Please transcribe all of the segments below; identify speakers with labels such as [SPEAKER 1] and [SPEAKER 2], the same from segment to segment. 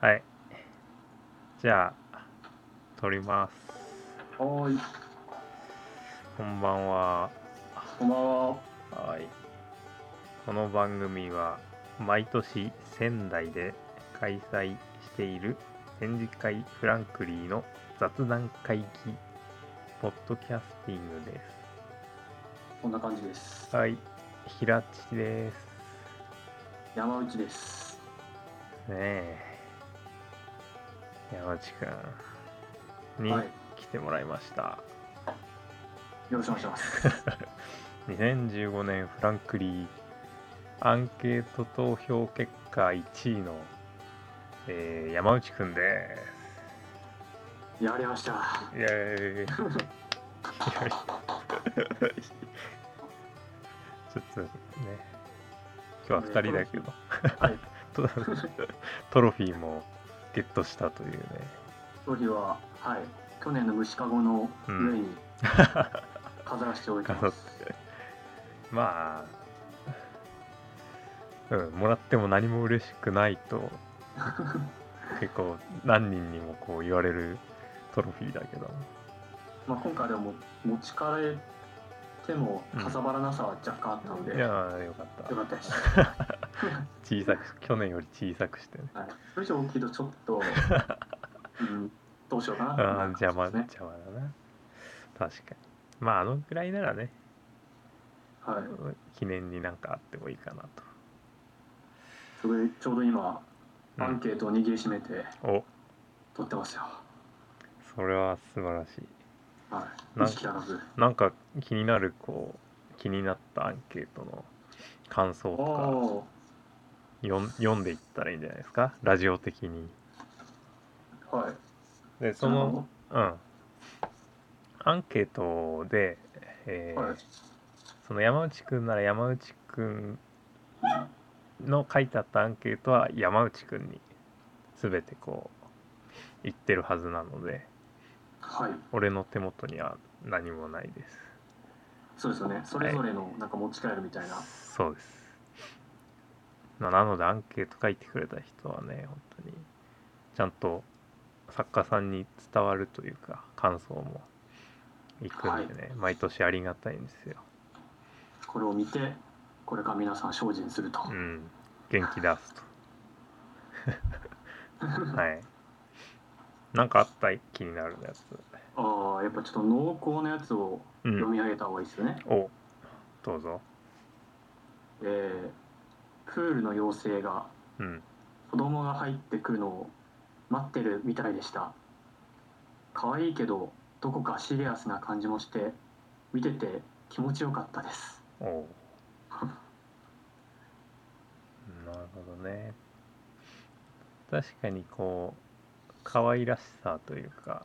[SPEAKER 1] はい。じゃあ、撮ります。
[SPEAKER 2] はーい、
[SPEAKER 1] こんばんは。
[SPEAKER 2] こんばんは。
[SPEAKER 1] はい。この番組は、毎年仙台で開催している展示会フランクリーの雑談会議、ポッドキャスティングで
[SPEAKER 2] こんな感じです。
[SPEAKER 1] す。はい。平地です。
[SPEAKER 2] 山内です。
[SPEAKER 1] ねえ。山内くんに
[SPEAKER 2] はい、
[SPEAKER 1] 来てもらいました。
[SPEAKER 2] よろしくお願いし ます。
[SPEAKER 1] 2015年フランクリーアンケート投票結果1位の、えー山内くんで
[SPEAKER 2] やりました。
[SPEAKER 1] す。イエーイ。ちょっとね、今日は2人だけど、
[SPEAKER 2] はい、
[SPEAKER 1] トトロフィーもゲットしたというね。
[SPEAKER 2] 商品は、はい、去年の虫かごの上に飾らせておい て
[SPEAKER 1] 飾
[SPEAKER 2] ま
[SPEAKER 1] っ
[SPEAKER 2] す。
[SPEAKER 1] まあ、うん、もらっても何も嬉しくない と結構何人にもこう言われるトロフィーだけど
[SPEAKER 2] まあ、今回でも持ち帰ってもかさばらなさは若干あったので、
[SPEAKER 1] い
[SPEAKER 2] よ
[SPEAKER 1] やーよかった
[SPEAKER 2] かったです。
[SPEAKER 1] 小さく去年より小さくしてね
[SPEAKER 2] はい、それ以上大きいとちょっ と、うん、どうしようかなって
[SPEAKER 1] ああ
[SPEAKER 2] な
[SPEAKER 1] 邪魔
[SPEAKER 2] ですね。
[SPEAKER 1] 邪魔だな確かにまああのくらいならね
[SPEAKER 2] はい、
[SPEAKER 1] 記念になんかあってもいいかなと、
[SPEAKER 2] それでちょうど今、
[SPEAKER 1] うん
[SPEAKER 2] アンケートを握りしめて
[SPEAKER 1] お
[SPEAKER 2] 撮ってますよ。
[SPEAKER 1] それは素晴らしい
[SPEAKER 2] はい、
[SPEAKER 1] なん
[SPEAKER 2] 意識高く。
[SPEAKER 1] なんか気になるこう気になったアンケートの感想とか
[SPEAKER 2] お
[SPEAKER 1] よん読んでいったらいいんじゃないですかラジオ的に
[SPEAKER 2] お、はい。
[SPEAKER 1] でそのうんアンケートで、えー
[SPEAKER 2] はい、
[SPEAKER 1] その山内くんなら山内くんの書いてあったアンケートは山内くんに全てこう言ってるはずなので
[SPEAKER 2] はい、
[SPEAKER 1] 俺の手元には何もないで
[SPEAKER 2] そうですよね。それぞれのなんか持ち帰るみたいな。
[SPEAKER 1] すそうですななのでアンケート書いてくれた人はね本当にちゃんと作家さんに伝わるというか感想もいくんでね、毎年ありがたいんですよ
[SPEAKER 2] これを見て、これから皆さん精進すると。
[SPEAKER 1] うん、元気出す と。はい。なんかあった気になるやつ。
[SPEAKER 2] ああ、やっぱちょっと濃厚なやつを
[SPEAKER 1] う
[SPEAKER 2] 読
[SPEAKER 1] ん。
[SPEAKER 2] み上げた方がいいですよね。
[SPEAKER 1] お、どうぞ。
[SPEAKER 2] えープールの妖精が
[SPEAKER 1] うん。
[SPEAKER 2] 子供が入ってくるのを待ってるみたいでした。可愛いけど、どこかシリアスな感じもして、見てて気持ちよかったです。
[SPEAKER 1] おう。なるほどね。確かにこう、可愛らしさというか、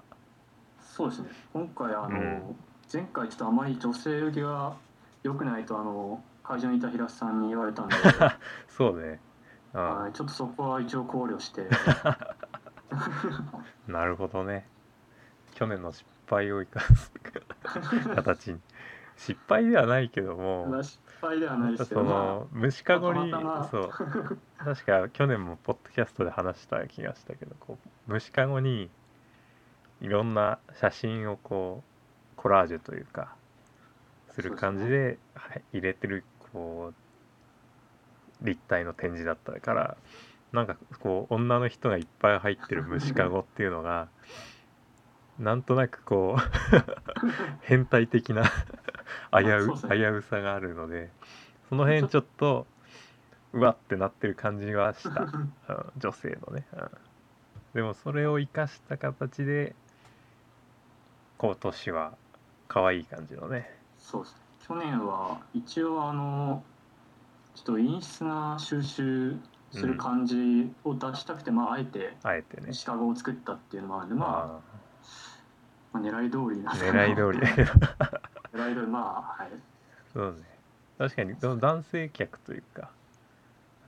[SPEAKER 2] そうですね今回あの、
[SPEAKER 1] うん
[SPEAKER 2] 前回ちょっとあまり女性受けが良くないとあの会場にいた平瀬さんに言われた んで、
[SPEAKER 1] そうね。あ
[SPEAKER 2] はい、ちょっとそこは一応考 慮して
[SPEAKER 1] なるほどね。去年の失敗を生かす形に。失敗ではないけども。
[SPEAKER 2] 失敗ではないですけ
[SPEAKER 1] そ
[SPEAKER 2] ど、ま
[SPEAKER 1] の虫かごに
[SPEAKER 2] たまた
[SPEAKER 1] そう確か去年もポッドキャストで話した気がしたけどこう虫かごにいろんな写真をこうコラージュというかする感じではい入れてるこう立体の展示だったからなんかこう女の人がいっぱい入ってる虫かごっていうのがなんとなくこう 変態的な危
[SPEAKER 2] そう
[SPEAKER 1] う
[SPEAKER 2] です
[SPEAKER 1] 危
[SPEAKER 2] ね
[SPEAKER 1] うさがあるのでその辺ちょっとうわってなってる感じはした、うん
[SPEAKER 2] あ
[SPEAKER 1] 女性のね、うんでもそれを生かした形で今年は可愛い感じのね
[SPEAKER 2] そうですね去年は一応あのちょっと陰湿な収集する感じを出したくて、まああえて
[SPEAKER 1] あえてね
[SPEAKER 2] シカゴを作ったっていうのもあるんでま
[SPEAKER 1] あ
[SPEAKER 2] あ、まあ狙い通りなんですけど
[SPEAKER 1] 狙い通り
[SPEAKER 2] 狙い通りまあはい
[SPEAKER 1] そうね確かにその男性客というか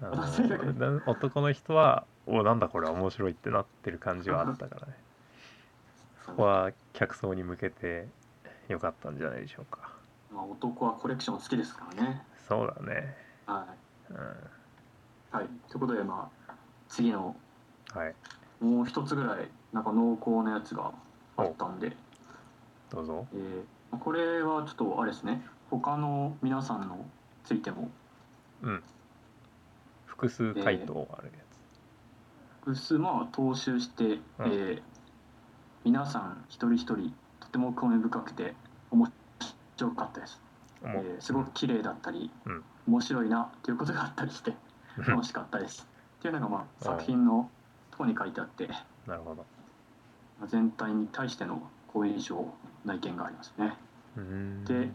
[SPEAKER 1] あの
[SPEAKER 2] 男性客
[SPEAKER 1] だ男の人は「おなんだこれは面白い」ってなってる感じはあったからねそこは客層に向けてよかったんじゃないでしょうか
[SPEAKER 2] まあ、男はコレクション好きですからね。
[SPEAKER 1] そうだね
[SPEAKER 2] は
[SPEAKER 1] うん
[SPEAKER 2] い、はい、ということで、まあ、次の
[SPEAKER 1] はい
[SPEAKER 2] もう一つぐらいなんか濃厚なやつがあったんで、
[SPEAKER 1] どうぞ
[SPEAKER 2] えーこれはちょっとあれですね他の皆さんのついても
[SPEAKER 1] うん複数回答あるや
[SPEAKER 2] 複数まあ踏襲して、えー皆さん一人一人とても興味深くて面白かったです、
[SPEAKER 1] つ、
[SPEAKER 2] え
[SPEAKER 1] もう
[SPEAKER 2] ーすごく綺麗だったり、
[SPEAKER 1] うん
[SPEAKER 2] 面白いなということがあったりして
[SPEAKER 1] うん
[SPEAKER 2] 楽しかったですっていうのがまあ
[SPEAKER 1] うん
[SPEAKER 2] 作品のとこに書いてあって
[SPEAKER 1] なるほど
[SPEAKER 2] まあ全体に対しての好印象な意見がありますね。
[SPEAKER 1] うーん
[SPEAKER 2] で、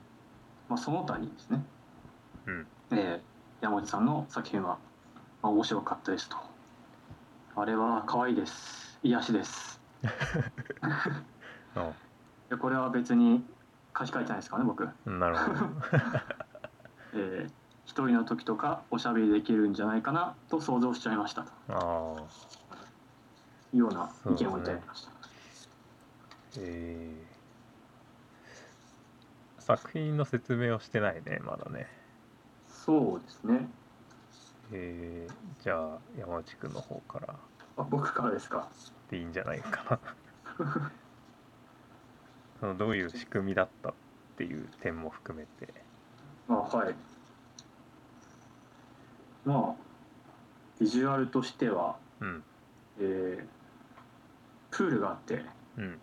[SPEAKER 2] まあ、その他にですね、
[SPEAKER 1] うん
[SPEAKER 2] えー山内さんの作品は、まあ、面白かったですとあれは可愛いです癒しです
[SPEAKER 1] あ
[SPEAKER 2] でこれは別に書き換えてないですからね僕、え
[SPEAKER 1] なるほ ど
[SPEAKER 2] ー一人の時とかおしゃべりできるんじゃないかなと想像しちゃいましたと
[SPEAKER 1] ああ
[SPEAKER 2] いうような意見をいただきました、
[SPEAKER 1] えー、作品の説明をしてないねまだね
[SPEAKER 2] そうですね
[SPEAKER 1] えー、じゃあ山内くんの方から
[SPEAKER 2] あ僕からですか
[SPEAKER 1] でいいんじゃないかな そのどういう仕組みだったっていう点も含めて
[SPEAKER 2] あはいまあビジュアルとしては
[SPEAKER 1] うん
[SPEAKER 2] えープールがあって
[SPEAKER 1] うん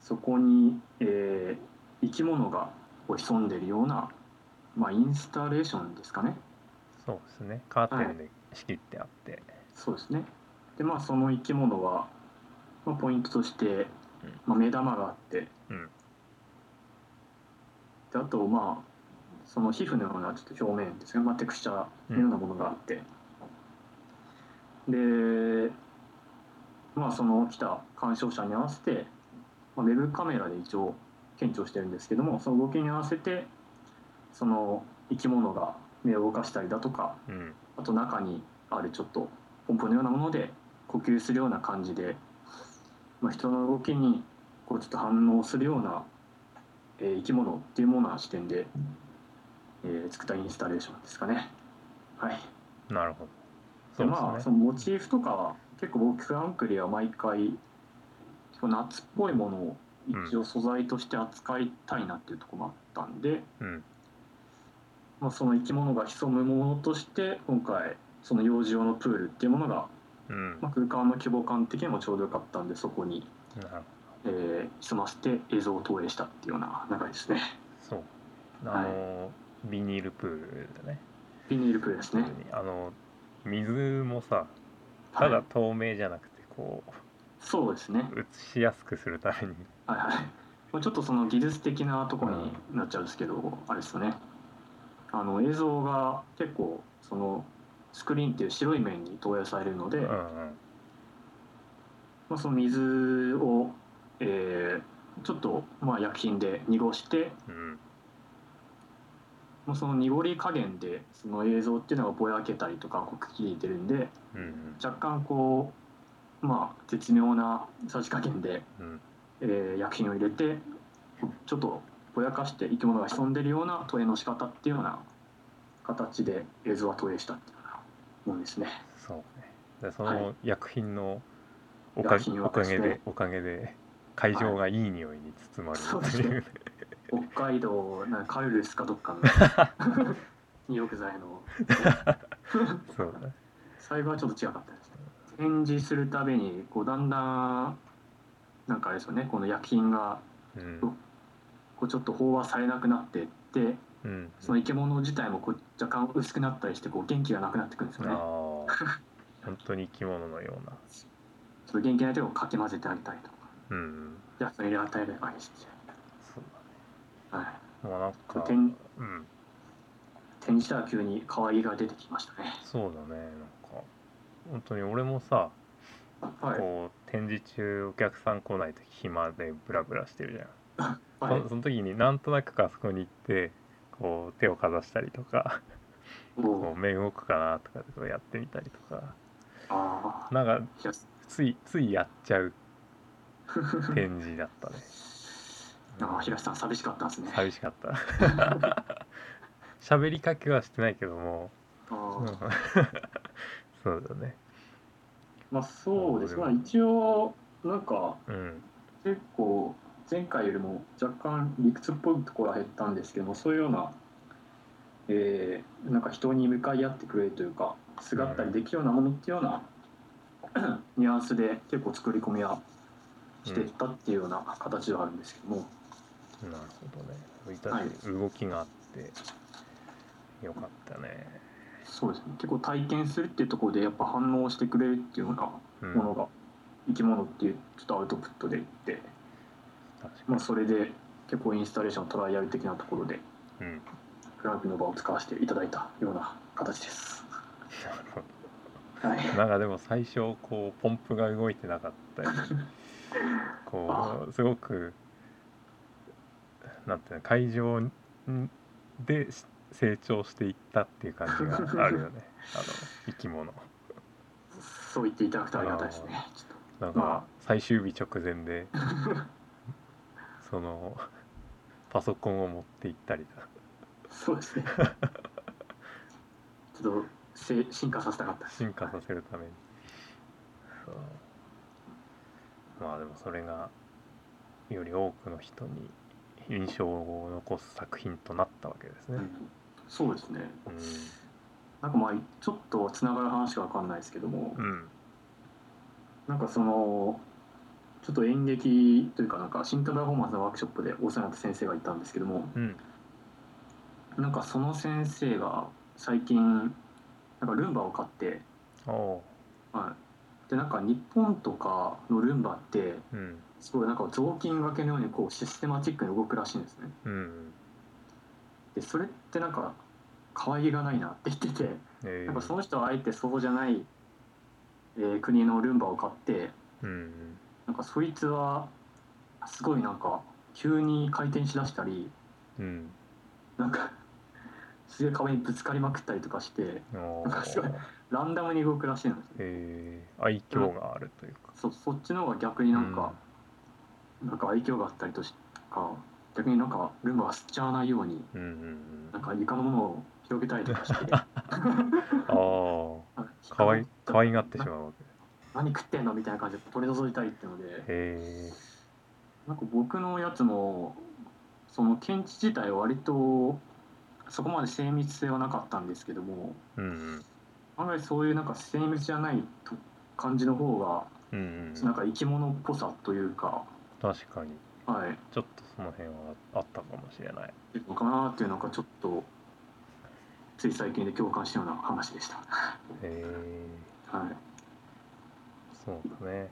[SPEAKER 2] そこに、えー生き物がこう潜んでるような、まあ、インスタレーションですかね
[SPEAKER 1] そうですねカーテンで仕切ってあって、
[SPEAKER 2] そうですねでまあその生き物は、まあ、ポイントとして、まあ、目玉があって
[SPEAKER 1] うん
[SPEAKER 2] であとまあその皮膚のようなちょっと表面ですね、まあ、テクスチャーのようなものがあって、でまあその来た鑑賞者に合わせて、まあ、ウェブカメラで一応検知をしてるんですけどもその動きに合わせてその生き物が目を動かしたりだとか
[SPEAKER 1] うん
[SPEAKER 2] あと中にあるちょっとポンプのようなもので呼吸するような感じで、まあ、人の動きにこうちょっと反応するような、えー生き物っていうものな視点で、えー作ったインスタレーションですかね。はい、
[SPEAKER 1] なるほど
[SPEAKER 2] でまあ
[SPEAKER 1] です
[SPEAKER 2] そのモチーフとかは結構僕クランクリは毎回結構夏っぽいものを一応素材として扱いたいなっていうところもあったんで、
[SPEAKER 1] うん
[SPEAKER 2] まあ、その生き物が潜むものとして今回その幼児用のプールっていうものが
[SPEAKER 1] うん
[SPEAKER 2] まあ、空間の規模感的にもちょうどよかったんでそこに、
[SPEAKER 1] なるほど
[SPEAKER 2] えー潜ませて映像を投影したっていうような流れですね
[SPEAKER 1] そうあの、ビニールプールでね
[SPEAKER 2] ビニールプールですね
[SPEAKER 1] あの水もさ
[SPEAKER 2] は
[SPEAKER 1] た
[SPEAKER 2] い
[SPEAKER 1] だ透明じゃなくてこ
[SPEAKER 2] そうですね
[SPEAKER 1] う映しやすくするために
[SPEAKER 2] はいはいまあちょっとその技術的なところになっちゃうんですけど、あれですよねあの映像が結構そのスクリーンっていう白い面に投影されるので、
[SPEAKER 1] うんう
[SPEAKER 2] ま
[SPEAKER 1] ん
[SPEAKER 2] あ、その水を、えーちょっとまあ薬品で濁して
[SPEAKER 1] うん
[SPEAKER 2] もうその濁り加減でその映像っていうのがぼやけたりとかこうくっきり出るんで
[SPEAKER 1] うん
[SPEAKER 2] 若干こうまあ絶妙なさじ加減で、
[SPEAKER 1] うん
[SPEAKER 2] えー薬品を入れてちょっとぼやかして生き物が潜んでるような投影の仕方っていうような形で映像は投影したっていうようなもんですね。
[SPEAKER 1] そうねでそ
[SPEAKER 2] は
[SPEAKER 1] の薬品のおか,、
[SPEAKER 2] 薬品
[SPEAKER 1] お
[SPEAKER 2] は
[SPEAKER 1] か
[SPEAKER 2] ですね
[SPEAKER 1] げでおかげで会場がいい匂いに包ま
[SPEAKER 2] そう
[SPEAKER 1] れる
[SPEAKER 2] です
[SPEAKER 1] という、
[SPEAKER 2] ね北海道なんかカルルスかどっかの入浴剤の
[SPEAKER 1] そうだね
[SPEAKER 2] 最後はちょっと違かったですね展示するたびにこうだんだんなんかあれですよねこの薬品が
[SPEAKER 1] うん
[SPEAKER 2] こうちょっと飽和されなくなってって
[SPEAKER 1] うん
[SPEAKER 2] その生き物自体もこう若干薄くなったりしてこう元気がなくなってくるんですよ
[SPEAKER 1] あ
[SPEAKER 2] ね
[SPEAKER 1] あ。本当に生き物のような
[SPEAKER 2] ちょっと元気ないとこをかき混ぜてあげたりとか、
[SPEAKER 1] うん
[SPEAKER 2] やつを入れ与えるあげして、
[SPEAKER 1] そう
[SPEAKER 2] は
[SPEAKER 1] だもうなん
[SPEAKER 2] い、
[SPEAKER 1] か
[SPEAKER 2] 展展
[SPEAKER 1] うん
[SPEAKER 2] 示したら急に可愛いが出てきましたね。
[SPEAKER 1] そうだねなんか本当に俺もさ
[SPEAKER 2] はい
[SPEAKER 1] こう展示中お客さん来ない時暇でブラブラしてるじゃん、
[SPEAKER 2] はい
[SPEAKER 1] そ、その時になんとなくあそこに行ってこう手をかざしたりとかこ
[SPEAKER 2] おう
[SPEAKER 1] う目動くかなとかでこうやってみたりとか
[SPEAKER 2] ああ、
[SPEAKER 1] なんか
[SPEAKER 2] いや
[SPEAKER 1] ついついやっちゃう展示だ ったね
[SPEAKER 2] ああ、平瀬さん寂しかったんですね。
[SPEAKER 1] 寂しかった 喋り かけはしてないけども
[SPEAKER 2] ああ
[SPEAKER 1] うんそうだね
[SPEAKER 2] まあそうですね
[SPEAKER 1] な
[SPEAKER 2] まあ
[SPEAKER 1] るほど
[SPEAKER 2] 一応なんか
[SPEAKER 1] うん
[SPEAKER 2] 結構前回よりも若干理屈っぽいところは減ったんですけどもそういうような,、えーなんか人に向かい合ってくれるというかすがったりできるようなものっていうような ニュアンスで結構作り込みはしていったっていうような形ではあるんですけども、
[SPEAKER 1] なるほどねそういった動きがあってよかったね、
[SPEAKER 2] そうですね結構体験するっていうところでやっぱ反応してくれるっていうような
[SPEAKER 1] うん、
[SPEAKER 2] ものが、生き物っていうちょっとアウトプットでいって、
[SPEAKER 1] 確かに、
[SPEAKER 2] まあ、それで結構インスタレーショントライアル的なところで
[SPEAKER 1] うん なる
[SPEAKER 2] クランクの場を使わせていただいたような形です。
[SPEAKER 1] ほど
[SPEAKER 2] はい、
[SPEAKER 1] なんかでも最初こうポンプが動いてなかったりこうすごくなんていうの会場んでし成長していったっていう感じがある よねあの生き物
[SPEAKER 2] そう言っていただくとありがたいですね。ちょ
[SPEAKER 1] な
[SPEAKER 2] っ
[SPEAKER 1] ん
[SPEAKER 2] ま
[SPEAKER 1] か最終日直前で そのパソコンを持って行ったりだ
[SPEAKER 2] とそうですね。 ちょっとせ進化させたかったです。
[SPEAKER 1] 進化させるためにそうまあでもそれがより多くの人に印象を残す作品となったわけです
[SPEAKER 2] う
[SPEAKER 1] ね。
[SPEAKER 2] んそうですね。
[SPEAKER 1] う
[SPEAKER 2] なんかまあちょっとつながる話がわかんないですけども、
[SPEAKER 1] ん、うん、
[SPEAKER 2] なんかそのちょっと演劇というかなんか新パフォーマンスのワークショップで大瀬先生がいたんですけども、
[SPEAKER 1] うん、
[SPEAKER 2] なんかその先生が最近なんかルンバを買って、
[SPEAKER 1] おお
[SPEAKER 2] はい、でなんか日本とかのルンバって
[SPEAKER 1] う、うん、
[SPEAKER 2] すごいなんか雑巾掛けのようにこうシステマチックに動くらしいんですね
[SPEAKER 1] うん、
[SPEAKER 2] でそれってなんか可愛げがないなって言ってて、
[SPEAKER 1] え
[SPEAKER 2] なんかそ
[SPEAKER 1] ー、
[SPEAKER 2] の人はあえてそうじゃない、えー国のルンバを買って
[SPEAKER 1] うん、
[SPEAKER 2] なんかそいつはすごいなんか急に回転しだしたり
[SPEAKER 1] うん、
[SPEAKER 2] なんかすげえ壁にぶつかりまくったりとかして
[SPEAKER 1] お
[SPEAKER 2] なんかすごい
[SPEAKER 1] ー
[SPEAKER 2] ランダムに動くらしいんですよ
[SPEAKER 1] えー、愛嬌があるというか、
[SPEAKER 2] そそっちの方が逆になんか、なんか愛嬌があったりとしか逆になんかルンバが吸っちゃわないように
[SPEAKER 1] うん、うん、う
[SPEAKER 2] なん
[SPEAKER 1] ん、
[SPEAKER 2] か床のものを広げたりと かして
[SPEAKER 1] ああ、かわい、かわいがってしまうわけ。
[SPEAKER 2] 何食ってんのみたいな感じで取り除いたりっていうので
[SPEAKER 1] へ
[SPEAKER 2] なんか僕のやつもその検知自体は割とそこまで精密性はなかったんですけども
[SPEAKER 1] えー、うん、
[SPEAKER 2] 案外そういうなんか精密じゃないと感じの方が
[SPEAKER 1] うん、うん、う
[SPEAKER 2] なん
[SPEAKER 1] ん、
[SPEAKER 2] か生き物っぽさというか、
[SPEAKER 1] 確かに。
[SPEAKER 2] はい、
[SPEAKER 1] ちょっとその辺はあったかもしれない。
[SPEAKER 2] ってるのかなっていうなんかちょっとつい最近で共感したような話でした。
[SPEAKER 1] え
[SPEAKER 2] はい、
[SPEAKER 1] そうだね。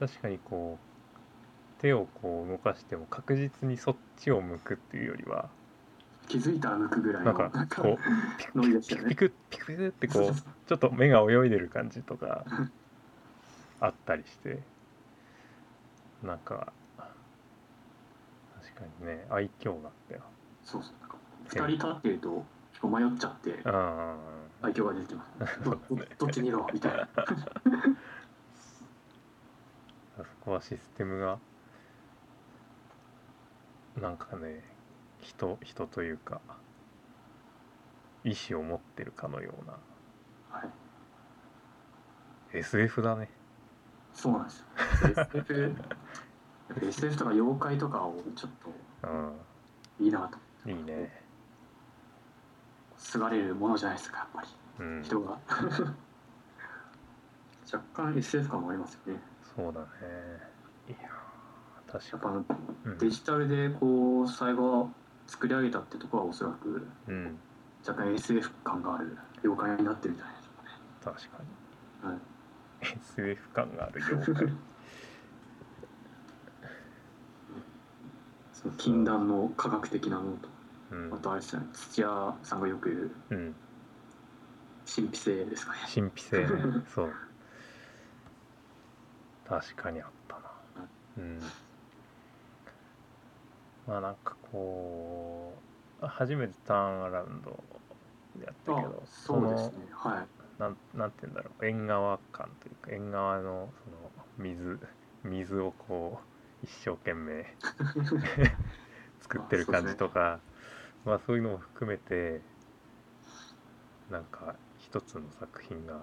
[SPEAKER 1] 確かにこう手をこう動かしても確実にそっちを向くっていうよりは
[SPEAKER 2] 気づいたら抜くぐらい
[SPEAKER 1] なん
[SPEAKER 2] の
[SPEAKER 1] か
[SPEAKER 2] なんか
[SPEAKER 1] こう
[SPEAKER 2] ノリでした
[SPEAKER 1] ピ
[SPEAKER 2] よ
[SPEAKER 1] クピ
[SPEAKER 2] ね。
[SPEAKER 1] クピクピクって
[SPEAKER 2] そう
[SPEAKER 1] こ
[SPEAKER 2] そう
[SPEAKER 1] う
[SPEAKER 2] そう
[SPEAKER 1] ちょっと目が泳いでる感じとかあったりしてなんか確かにね愛嬌があったよ。
[SPEAKER 2] そうそうなんか二人立ってると結構迷っちゃって
[SPEAKER 1] ああ
[SPEAKER 2] 愛嬌が出て ます。どどどっちにいろみたいな。
[SPEAKER 1] そこはシステムがなんかね人人というか意思を持ってるかのような
[SPEAKER 2] はい、
[SPEAKER 1] SF だね
[SPEAKER 2] そうなんです よ。SF やっぱ SF とか妖怪とかをちょっ
[SPEAKER 1] う
[SPEAKER 2] といいなと。
[SPEAKER 1] んいいね
[SPEAKER 2] すがれるものじゃないですかやっぱり
[SPEAKER 1] うん
[SPEAKER 2] 人
[SPEAKER 1] そう
[SPEAKER 2] が。 若干 SF 感もありますよね。
[SPEAKER 1] だねいやー
[SPEAKER 2] や
[SPEAKER 1] 確
[SPEAKER 2] っぱあ
[SPEAKER 1] か
[SPEAKER 2] の
[SPEAKER 1] に
[SPEAKER 2] デジタルでこう最後作り上げたってところはおそらく
[SPEAKER 1] うん、うん、
[SPEAKER 2] 若干 SF 感がある妖怪になってるんじゃないですか
[SPEAKER 1] 確か
[SPEAKER 2] ね。
[SPEAKER 1] に SF 感がある
[SPEAKER 2] う
[SPEAKER 1] 妖怪
[SPEAKER 2] んその禁断の科学的なものと、
[SPEAKER 1] うん
[SPEAKER 2] あとあれですね土屋さんがよく言う
[SPEAKER 1] うん
[SPEAKER 2] 神秘性ですかね
[SPEAKER 1] 神秘性ねそう確かにあったなうんまあなんかこう初めてターンアラウンドやったけ
[SPEAKER 2] あ
[SPEAKER 1] ど
[SPEAKER 2] そうですねは
[SPEAKER 1] そのなんなんて言うんだろう縁側感というか縁側のその水水をこう一生懸 命作ってる感じとかまあそういうのも含めてなんか一つの作品が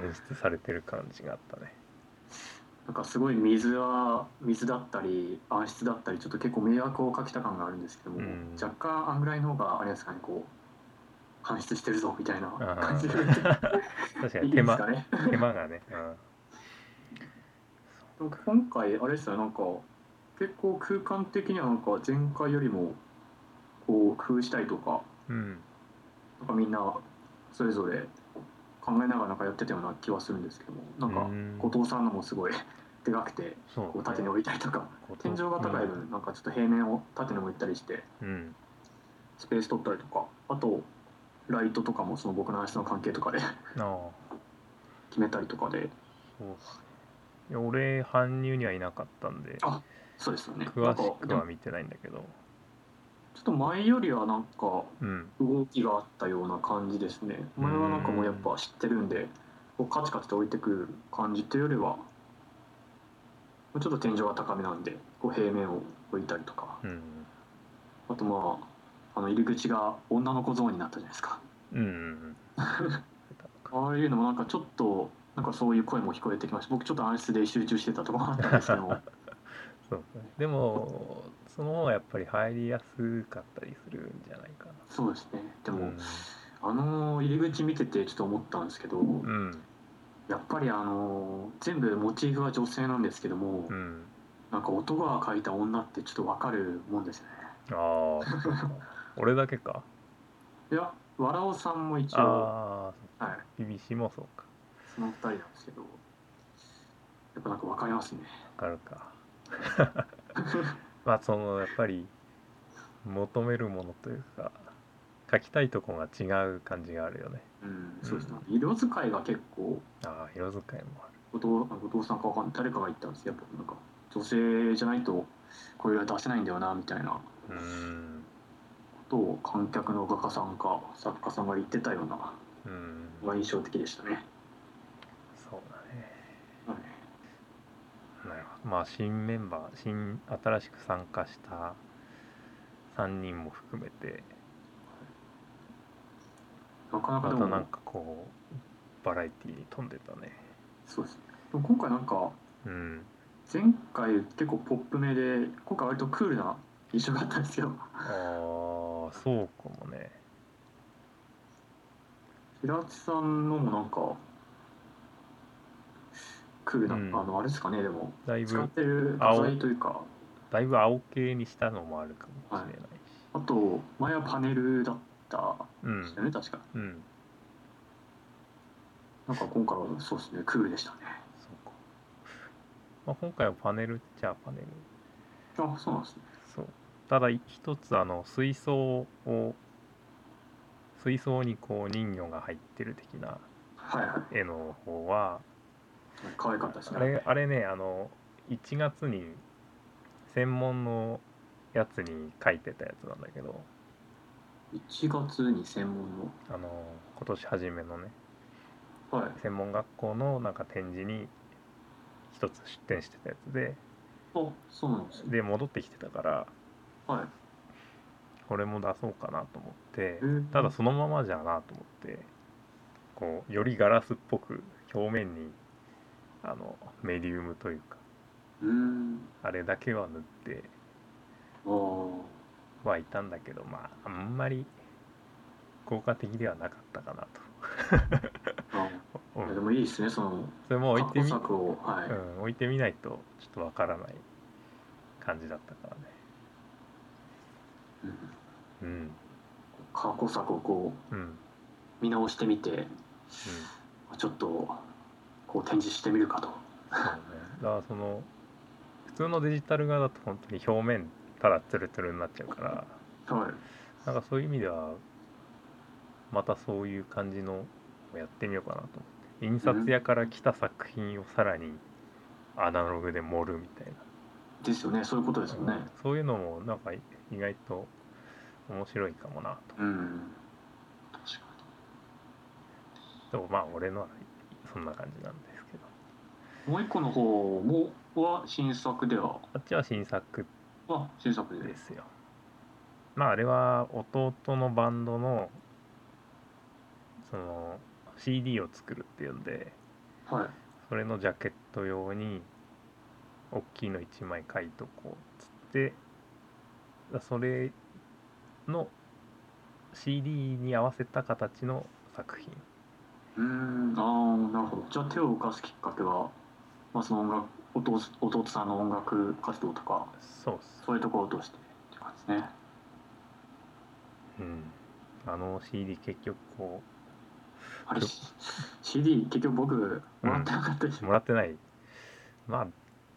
[SPEAKER 1] 演出されてる感じがあったね
[SPEAKER 2] なんかすごい水は水だったり暗室だったりちょっと結構迷惑をかけた感があるんですけども、
[SPEAKER 1] うん
[SPEAKER 2] 若干あんぐらいの方があれですかねこう搬出してるぞみたいな
[SPEAKER 1] あ
[SPEAKER 2] 感じで
[SPEAKER 1] ー確か
[SPEAKER 2] い
[SPEAKER 1] に
[SPEAKER 2] いで
[SPEAKER 1] 手
[SPEAKER 2] す
[SPEAKER 1] 間
[SPEAKER 2] かね。
[SPEAKER 1] 手間がね、
[SPEAKER 2] なんか今回あれですよなんか結構空間的にはなんか前回よりもこう工夫したりとか
[SPEAKER 1] うん、うん、
[SPEAKER 2] なんかみんなそれぞれ考えながらなんかやってたような気はするんですけどもなんか
[SPEAKER 1] うん
[SPEAKER 2] 後藤さんのもすごい でかくて
[SPEAKER 1] そうね、
[SPEAKER 2] こう縦に置いたりとか
[SPEAKER 1] こう
[SPEAKER 2] 天井が高い分なんかちょっと平面を縦に置いたりして
[SPEAKER 1] うん、うん
[SPEAKER 2] スペース取ったりとかあとライトとかもその僕の話の関係とかで
[SPEAKER 1] ああ
[SPEAKER 2] 決めたりとかで
[SPEAKER 1] そうっすねいや俺搬入にはいなかったんで
[SPEAKER 2] あそうですよねな
[SPEAKER 1] 詳
[SPEAKER 2] んか
[SPEAKER 1] しく
[SPEAKER 2] でも
[SPEAKER 1] は見てないんだけど
[SPEAKER 2] ちょっと前よりはなんか
[SPEAKER 1] うん
[SPEAKER 2] 動きがあったような感じですね前はなんかもうやっぱ知ってるんでこうカチカチと置いてくる感じというよりはもうちょっと天井が高めなんでこう平面を置いたりとか
[SPEAKER 1] うん
[SPEAKER 2] あとまああの入り口が女の子ゾーンになったじゃないですか
[SPEAKER 1] うんうん
[SPEAKER 2] ああいうのもなんかちょっとなんかそういう声も聞こえてきました僕ちょっと暗室で集中してたところもあったんですけども
[SPEAKER 1] そうねでもその方がやっぱり入りやすかったりするんじゃないかな
[SPEAKER 2] そうですねでも、
[SPEAKER 1] うん
[SPEAKER 2] あの入り口見ててちょっと思ったんですけど、
[SPEAKER 1] うん
[SPEAKER 2] やっぱりあの全部モチーフは女性なんですけども、
[SPEAKER 1] うん
[SPEAKER 2] なんか男が描いた女ってちょっとわかるもんですね。
[SPEAKER 1] ああそうか俺だけか
[SPEAKER 2] いや、わらおさんも一応、は
[SPEAKER 1] あ
[SPEAKER 2] い、
[SPEAKER 1] あ厳しもそうか
[SPEAKER 2] その二人なんですけど、やっぱなんかわかりますね。
[SPEAKER 1] わかるかまあそのやっぱり求めるものというか書きたいとこが違う感じがあるよね
[SPEAKER 2] うん、そうですね。色使いが結構、
[SPEAKER 1] ああ色使いもある
[SPEAKER 2] 後藤後藤さんかわかんない、誰かが言ったんですけど、やっぱなんか女性じゃないとこれは出せないんだよな、みたいな
[SPEAKER 1] うーん
[SPEAKER 2] ことを観客の画家さんか作家さんが言ってたような、
[SPEAKER 1] うーん
[SPEAKER 2] が印象的でしたね。
[SPEAKER 1] そうだね
[SPEAKER 2] はい
[SPEAKER 1] なるほどまあ新メンバー新新しく参加した3人も含めて
[SPEAKER 2] なかな
[SPEAKER 1] ま
[SPEAKER 2] かで
[SPEAKER 1] た
[SPEAKER 2] も、
[SPEAKER 1] なんかこうバラエティーに富んでたね
[SPEAKER 2] そうですね。でも今回なんか、
[SPEAKER 1] うん
[SPEAKER 2] 前回結構ポップめで今回割とクールな印象だったんですよ
[SPEAKER 1] ああそうかもね
[SPEAKER 2] 平地さんのもなんかクールな、
[SPEAKER 1] うん
[SPEAKER 2] あのあれですかねでも
[SPEAKER 1] だい
[SPEAKER 2] 使っ
[SPEAKER 1] ぶ
[SPEAKER 2] てる画材というか
[SPEAKER 1] だいぶ青系にしたのもあるかもしれないし、
[SPEAKER 2] あと前はパネルだった
[SPEAKER 1] うん
[SPEAKER 2] ですよね、確か
[SPEAKER 1] うん
[SPEAKER 2] なんか今回はそうですねクールでしたね
[SPEAKER 1] そうか、まあ、今回はパネルっちゃパネル
[SPEAKER 2] あそうなんですね
[SPEAKER 1] そうただい一つあの水槽を水槽にこう人魚が入ってる的な
[SPEAKER 2] はいはい
[SPEAKER 1] 絵の方は
[SPEAKER 2] 可愛かったです
[SPEAKER 1] あ
[SPEAKER 2] ね
[SPEAKER 1] れあれねあの1月に専門のやつに書いてたやつなんだけど
[SPEAKER 2] 1月に専門の
[SPEAKER 1] あの今年初めのね
[SPEAKER 2] はい
[SPEAKER 1] 専門学校のなんか展示に一つ出展してたやつで
[SPEAKER 2] あそうなんですね
[SPEAKER 1] で戻ってきてたから
[SPEAKER 2] はい
[SPEAKER 1] これも出そうかなと思って
[SPEAKER 2] うん
[SPEAKER 1] ただそのままじゃなと思ってこうよりガラスっぽく表面にあのメディウムというか
[SPEAKER 2] うーん
[SPEAKER 1] あれだけは塗って
[SPEAKER 2] あー
[SPEAKER 1] はいたんだけどまああんまり効果的ではなかったかな
[SPEAKER 2] あ
[SPEAKER 1] と、う
[SPEAKER 2] ーいや
[SPEAKER 1] ん
[SPEAKER 2] でもいいですねその
[SPEAKER 1] それも置い
[SPEAKER 2] 過
[SPEAKER 1] て
[SPEAKER 2] 去
[SPEAKER 1] み、
[SPEAKER 2] 作をはい、
[SPEAKER 1] うん、置いてみないとちょっとわからない感じだったからね
[SPEAKER 2] うん
[SPEAKER 1] うん
[SPEAKER 2] 過去作をこう
[SPEAKER 1] うんうん
[SPEAKER 2] 見直してみてちょっとこう展示してみるかと
[SPEAKER 1] そうね、だからその普通のデジタル側だと本当に表面ただツルツルになっちゃうから
[SPEAKER 2] はい
[SPEAKER 1] なんかそういう意味ではまたそういう感じのをやってみようかなと思って印刷屋から来た作品をさらにアナログで盛るみたい
[SPEAKER 2] ですよねそういうことですよね
[SPEAKER 1] な、そういうのもなんか意外と面白いかもなと
[SPEAKER 2] うん確か
[SPEAKER 1] でもまあ俺のはそんな感じなんですけど
[SPEAKER 2] にもう一個の方もは新作では
[SPEAKER 1] あっちは新作
[SPEAKER 2] あ新作で
[SPEAKER 1] ですよまああれは弟のバンドのその CD を作るっていうんで
[SPEAKER 2] はい
[SPEAKER 1] それのジャケット用に大きいの1枚書いとこうっつってだそれの CD に合わせた形の作品
[SPEAKER 2] うーんああなるほどじゃあ手を動かすきっかけは、まあ、その音楽お父お父さんの音楽活動とか
[SPEAKER 1] そうっす
[SPEAKER 2] そういうところを通してっていう感じですね
[SPEAKER 1] うんあの CD 結局こ
[SPEAKER 2] あれ CD 結局僕もらってなかったでし
[SPEAKER 1] う
[SPEAKER 2] ょ、
[SPEAKER 1] もらってないまあ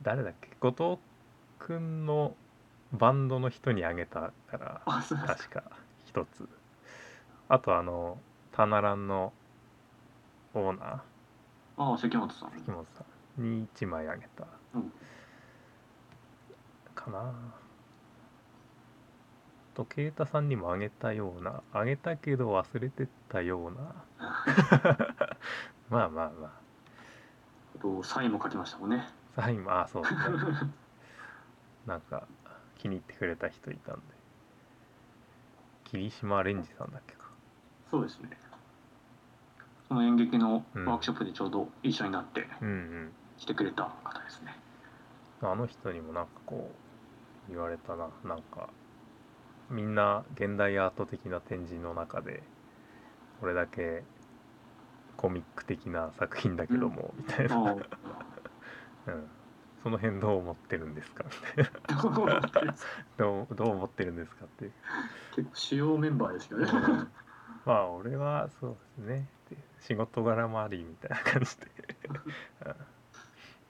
[SPEAKER 1] 誰だっけ後藤くんのバンドの人にあげたから
[SPEAKER 2] あそうなんですか
[SPEAKER 1] 確か一つあとあのタナランのオーナ
[SPEAKER 2] ああ関本さん
[SPEAKER 1] ー関本さんに1枚あげた、
[SPEAKER 2] うん
[SPEAKER 1] かなと啓太さんにもあげたようなあげたけど忘れてったよう なまあまあま
[SPEAKER 2] あとサインも書きましたもんね
[SPEAKER 1] あサインもあ そうですねなんか気に入ってくれた人いたんで霧島レンジさんだっけか
[SPEAKER 2] そうですねその演劇のワークショップでちょうど一緒になって
[SPEAKER 1] うんうん
[SPEAKER 2] 来てくれた方ですね、
[SPEAKER 1] あの人にもなんかこう言われたななんかみんな現代アート的な展示の中でこれだけコミック的な作品だけども、みたいな、
[SPEAKER 2] あ
[SPEAKER 1] うん、その辺どう思ってるんですかみ たいな
[SPEAKER 2] あ
[SPEAKER 1] どうどう思ってるんですかっていう
[SPEAKER 2] 結構主要メンバーですよね
[SPEAKER 1] まあ俺はそうですねって仕事柄もありみたいな感じで、うん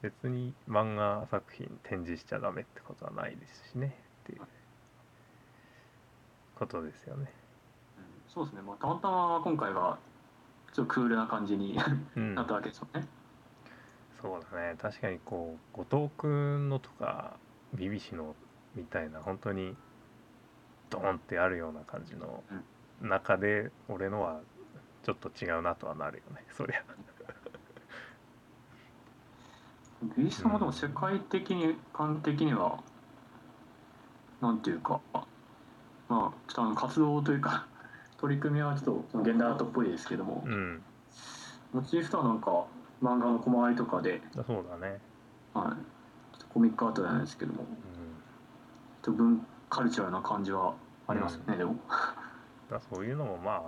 [SPEAKER 1] 別に漫画作品展示しちゃダメってことはないですしねっていうことですよね
[SPEAKER 2] うんそうですね、まあ、たまたま今回はちょっとクールな感じに
[SPEAKER 1] うん
[SPEAKER 2] なったわけですよね。
[SPEAKER 1] そうだね確かにこう後藤君のとかビビシのみたいな本当にドーンってあるような感じの中で俺のはちょっと違うなとはなるよねそりゃ
[SPEAKER 2] ビーストもでも世界的に観的にはなんていうかまあちょっとあの活動というか取り組みはちょっと現代アートっぽいですけども、
[SPEAKER 1] うん
[SPEAKER 2] モチーフとはなんか漫画の小回りとかで、
[SPEAKER 1] そうだね
[SPEAKER 2] はい、ちょっとコミックアートじゃないですけどもち
[SPEAKER 1] う
[SPEAKER 2] ょ
[SPEAKER 1] ん
[SPEAKER 2] っと文カルチャーな感じはありますよね、でも。
[SPEAKER 1] だからそういうのもまあ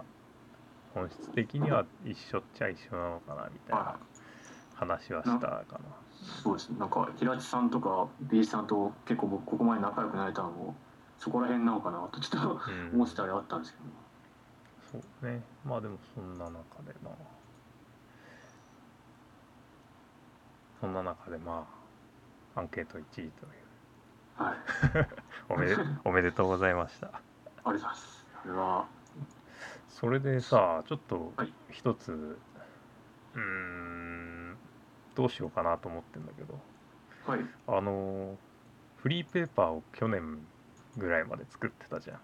[SPEAKER 1] 本質的には一緒っちゃ一緒なのかなみたい
[SPEAKER 2] は
[SPEAKER 1] ない話はしたかな。
[SPEAKER 2] そうですねなんか平地さんとか B さんと結構僕ここまで仲良くなれたのもそこら辺なのかなとちょっと
[SPEAKER 1] うん
[SPEAKER 2] 思ってたりあったんですけ
[SPEAKER 1] そうねまあでもそんな中でなそんな中でまあアンケート1位という
[SPEAKER 2] ど、はい、あ
[SPEAKER 1] お めでおめでとうございました
[SPEAKER 2] りがとうございますあれは
[SPEAKER 1] それでさちょっと
[SPEAKER 2] はい
[SPEAKER 1] 一つ、うーんどうしようかなと思ってんだけど
[SPEAKER 2] はい
[SPEAKER 1] あのフリーペーパーを去年ぐらいまで作ってたじゃん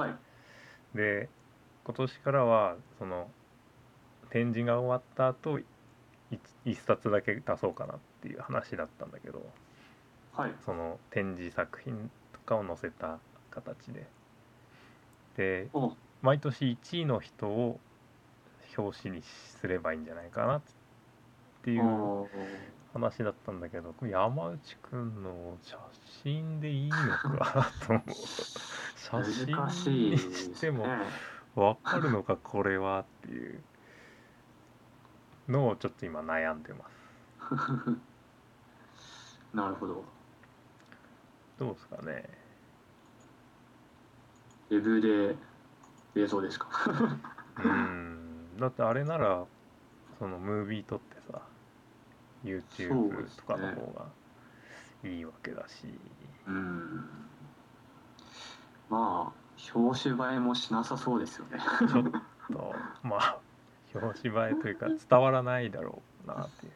[SPEAKER 2] はい
[SPEAKER 1] で今年からはその展示が終わった後い一冊だけ出そうかなっていう話だったんだけど
[SPEAKER 2] はい
[SPEAKER 1] その展示作品とかを載せた形でで
[SPEAKER 2] お
[SPEAKER 1] 毎年1位の人を表紙にすればいいんじゃないかなっていう
[SPEAKER 2] お
[SPEAKER 1] 話だったんだけど山内くんの写真でいいのかなと思う写真
[SPEAKER 2] 難し
[SPEAKER 1] に
[SPEAKER 2] いです
[SPEAKER 1] し
[SPEAKER 2] ね
[SPEAKER 1] てもわかるのかこれはっていうのをちょっと今悩んでます
[SPEAKER 2] なるほど
[SPEAKER 1] どうですかね
[SPEAKER 2] レビューで映像ですか
[SPEAKER 1] うんだってあれならそのムービー撮ってさ
[SPEAKER 2] そう
[SPEAKER 1] YouTube
[SPEAKER 2] ですね
[SPEAKER 1] とかの方がいいわけだし
[SPEAKER 2] うんまあ表紙映えもしなさそうですよね
[SPEAKER 1] ちょっとまあ表紙映えというか伝わらないだろうなっていう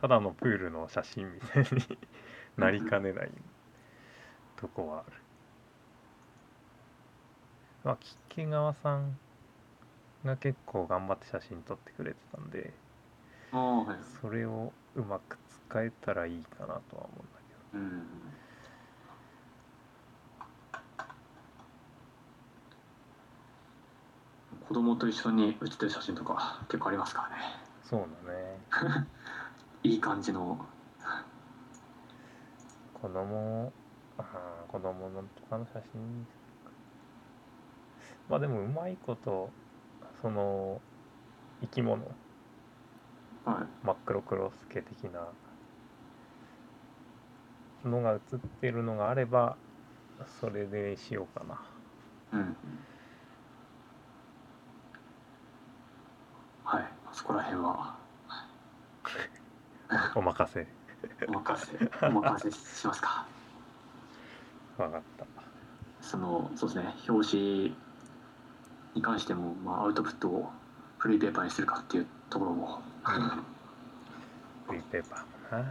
[SPEAKER 1] ただのプールの写真みたいになりかねないとこはある。まあ、木川さんが結構頑張って写真撮ってくれてたんで
[SPEAKER 2] ああはい
[SPEAKER 1] それをうまく使えたらいいかなとは思うんだけど
[SPEAKER 2] うん子供と一緒に写ってる写真とか結構ありますからね
[SPEAKER 1] そうだね
[SPEAKER 2] いい感じの
[SPEAKER 1] 子供あー子供のとかの写真まあでもうまいことその生き物
[SPEAKER 2] は
[SPEAKER 1] 真っ黒クロスケ的なのが写ってるのがあればそれでしようかない
[SPEAKER 2] うんはいそこら辺は
[SPEAKER 1] お任せ
[SPEAKER 2] お任せお任せしますか
[SPEAKER 1] 分かった
[SPEAKER 2] そのそうですね表紙に関しても、まあ、アウトプットをフリーペーパーにするかっていうところも
[SPEAKER 1] フリーペーパーもな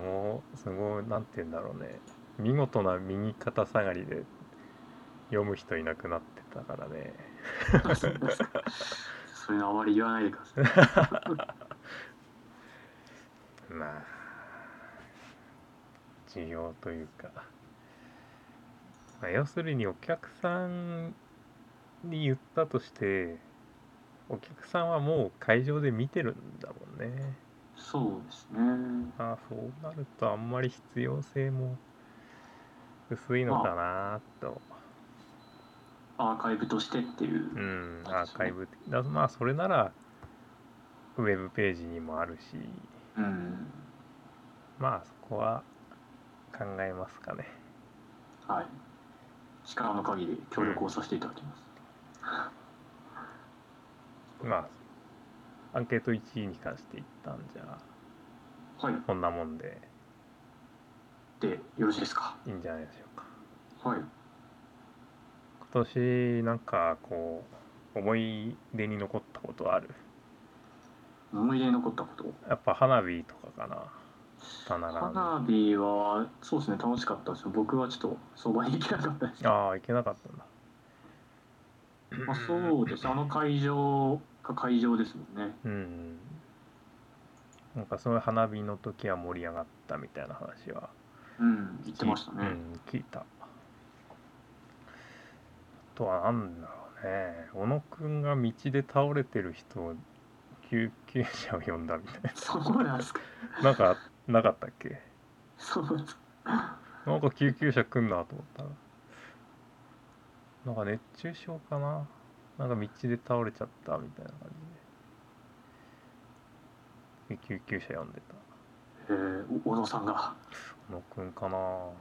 [SPEAKER 1] もうすごいなんて言うんだろうね見事な右肩下がりで読む人いなくなってたからね
[SPEAKER 2] それのあまり言わないでください
[SPEAKER 1] まあ需要というか、まあ、要するにお客さんに言ったとしてお客さんはもう会場で見てるんだもんね
[SPEAKER 2] そうですね
[SPEAKER 1] まあそうなるとあんまり必要性も薄いのかなと、
[SPEAKER 2] アーカイブとしてっていう、
[SPEAKER 1] うん
[SPEAKER 2] そう
[SPEAKER 1] ア
[SPEAKER 2] ですね
[SPEAKER 1] ーカイブ的だまあそれならウェブページにもあるし
[SPEAKER 2] うん
[SPEAKER 1] まあそこは考えますかね
[SPEAKER 2] はい力の限り協力をさせていただきます、
[SPEAKER 1] まあアンケート1位に関して一旦じゃあ
[SPEAKER 2] はい
[SPEAKER 1] こんなもんで
[SPEAKER 2] でよろしいですか
[SPEAKER 1] いいんじゃないでしょうか
[SPEAKER 2] はい
[SPEAKER 1] 今年なんかこう思い出に残ったことある
[SPEAKER 2] 思い出に残ったこと
[SPEAKER 1] やっぱ花火とかかな棚並べ
[SPEAKER 2] 花火はそうですね楽しかったですよ僕はちょっと相場に行けなかったです
[SPEAKER 1] ああ行けなかったんだ
[SPEAKER 2] まあ、そうですあの会場が会場ですもんね
[SPEAKER 1] うんなんかそういう花火の時は盛り上がったみたいな話は
[SPEAKER 2] うん言ってましたね、
[SPEAKER 1] うん、聞いたあとはなんだろうね小野くんが道で倒れてる人を救急車を呼んだみたい
[SPEAKER 2] そうなんですか
[SPEAKER 1] ななんかなかったっけ
[SPEAKER 2] そうなんですか
[SPEAKER 1] なんか救急車来んなと思ったらなんか熱中症かななんか道で倒れちゃったみたいな感じでで救急車呼んでた
[SPEAKER 2] えー、お小野さんが
[SPEAKER 1] 小野くんかな小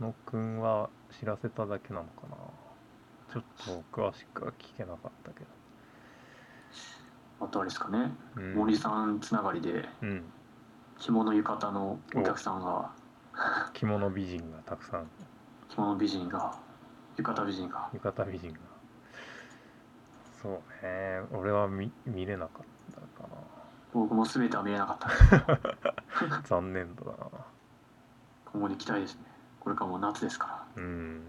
[SPEAKER 1] 野くんは知らせただけなのかなちょっと詳しくは聞けなかったけ
[SPEAKER 2] あとあれですかね、
[SPEAKER 1] ど、うん、
[SPEAKER 2] 森さんつながりで
[SPEAKER 1] うん
[SPEAKER 2] 着物浴衣のお客さんが
[SPEAKER 1] 着物美人がたくさん
[SPEAKER 2] 着物美人が浴衣美人が
[SPEAKER 1] 浴衣美人がそうね俺は見見れなかったか
[SPEAKER 2] 僕も全ては見えなかった
[SPEAKER 1] な残念だな
[SPEAKER 2] 今後に期待ですねこれからもう夏ですか
[SPEAKER 1] うん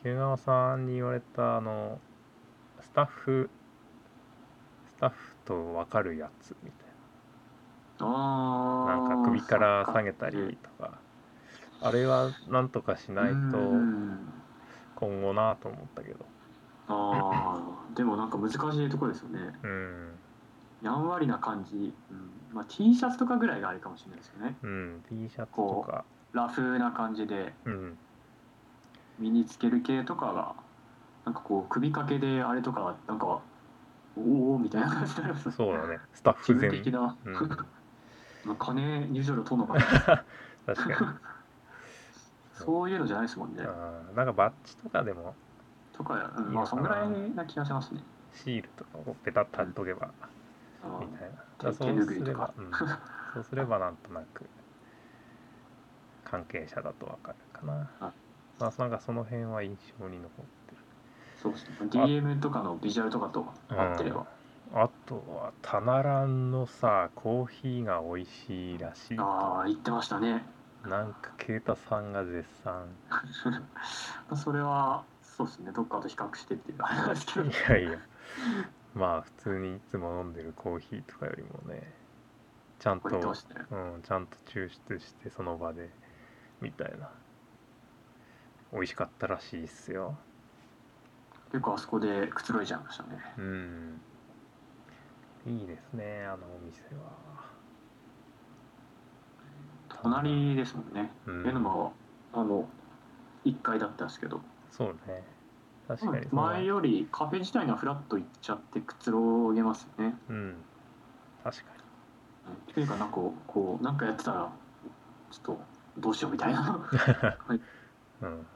[SPEAKER 1] 菊川さんに言われたあのスタッフスタッフと分かるやつみたいな
[SPEAKER 2] らああ
[SPEAKER 1] なんか首から下げたりとかあれはなんとかしないと今後なと思ったけど
[SPEAKER 2] ああでもなんか難しいところですよね
[SPEAKER 1] うん
[SPEAKER 2] やんわりな感じ、うんまあ、T シャツとかぐらいがあれかもしれないですよね
[SPEAKER 1] うん T シャツとか
[SPEAKER 2] ラフな感じで
[SPEAKER 1] うん
[SPEAKER 2] 身につける系とかがなんかこう首掛けであれとかなんかおおみたいな感じになります
[SPEAKER 1] そうだねスタッ
[SPEAKER 2] 自
[SPEAKER 1] フ
[SPEAKER 2] 分
[SPEAKER 1] 全
[SPEAKER 2] 的な、
[SPEAKER 1] うん
[SPEAKER 2] まあ金入場料取んのか な
[SPEAKER 1] 確かに
[SPEAKER 2] そういうのじゃないですもんね、
[SPEAKER 1] あーなんかバッジとかでも
[SPEAKER 2] とか、うん
[SPEAKER 1] いいのかな
[SPEAKER 2] まあそんぐらいな気がしますね
[SPEAKER 1] シールとかをペタッと貼っとけば
[SPEAKER 2] あの
[SPEAKER 1] みたいなだからそ
[SPEAKER 2] 手
[SPEAKER 1] う
[SPEAKER 2] 拭
[SPEAKER 1] す
[SPEAKER 2] い
[SPEAKER 1] れ
[SPEAKER 2] と
[SPEAKER 1] ば
[SPEAKER 2] か、
[SPEAKER 1] うん、そうすればなんとなく関係者だとわかるかな
[SPEAKER 2] あ
[SPEAKER 1] まあなんかその辺は印象に残ってる
[SPEAKER 2] そうですね DM とかのビジュアルとかと合ってれば、
[SPEAKER 1] あとはタナランのさコーヒーが美味しいらしい
[SPEAKER 2] ああ言ってましたね
[SPEAKER 1] なんか啓太さんが絶賛
[SPEAKER 2] まあそれはそうですねどっかと比較してっていうあれなんですけ ど
[SPEAKER 1] いやいやまあ普通にいつも飲んでるコーヒーとかよりもねちゃんと、
[SPEAKER 2] こ
[SPEAKER 1] う
[SPEAKER 2] れどうして
[SPEAKER 1] ん、ちゃんと抽出してその場でみたいな美味しかったらしいっすよ
[SPEAKER 2] 結構あそこでくつろいじゃいましたね
[SPEAKER 1] うんいいですねあのお店は
[SPEAKER 2] 隣ですもんね
[SPEAKER 1] うん
[SPEAKER 2] エヌマはあの1階だったんですけど
[SPEAKER 1] そうね確かにその
[SPEAKER 2] 前よりカフェ自体がフラッと行っちゃってくつろげますよね
[SPEAKER 1] うん確か
[SPEAKER 2] というかなんかこうなんかやってたらちょっとどうしようみたい なはい
[SPEAKER 1] にうん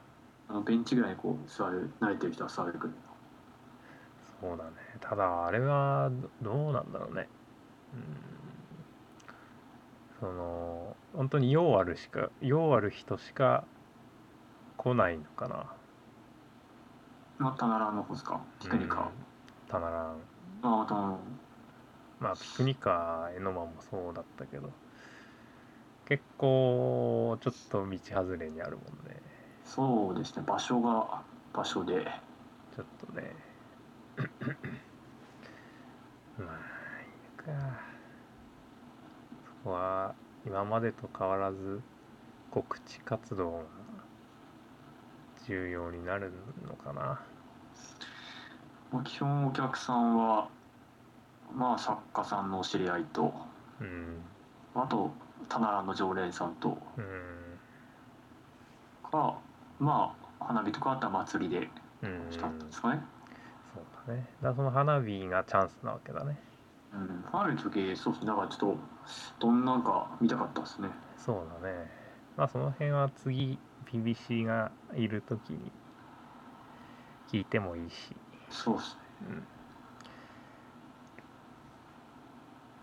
[SPEAKER 2] あのベンチぐらいにこう座る慣れてる人は座るくらい
[SPEAKER 1] そうだねただあれはどどうなんだろうねうんその本当に用あるしか用ある人しか来ないのかな
[SPEAKER 2] のまたならの方ですかピクニカ、
[SPEAKER 1] うんたまらん
[SPEAKER 2] ああたならん
[SPEAKER 1] まあピクニカーエノマもそうだったけど結構ちょっと道外れにあるもんね
[SPEAKER 2] そうですね場所が場所で
[SPEAKER 1] ちょっとね まあいいかそこは今までと変わらず告知活動が重要になるのかな
[SPEAKER 2] まあ基本お客さんはまあ作家さんのお知り合いと
[SPEAKER 1] うん
[SPEAKER 2] あとたならんの常連さんと
[SPEAKER 1] うん
[SPEAKER 2] かまあ花火とかあったら祭りで
[SPEAKER 1] うんそ
[SPEAKER 2] し
[SPEAKER 1] う
[SPEAKER 2] たんですかね、
[SPEAKER 1] だねだからその花火がチャンスなわけだね
[SPEAKER 2] うん、ファンの時そうですねだからちょっとどんなんか見たかったですね
[SPEAKER 1] そうだね。まあその辺は次 PBC がいる時に聞いてもいいし。
[SPEAKER 2] そうですね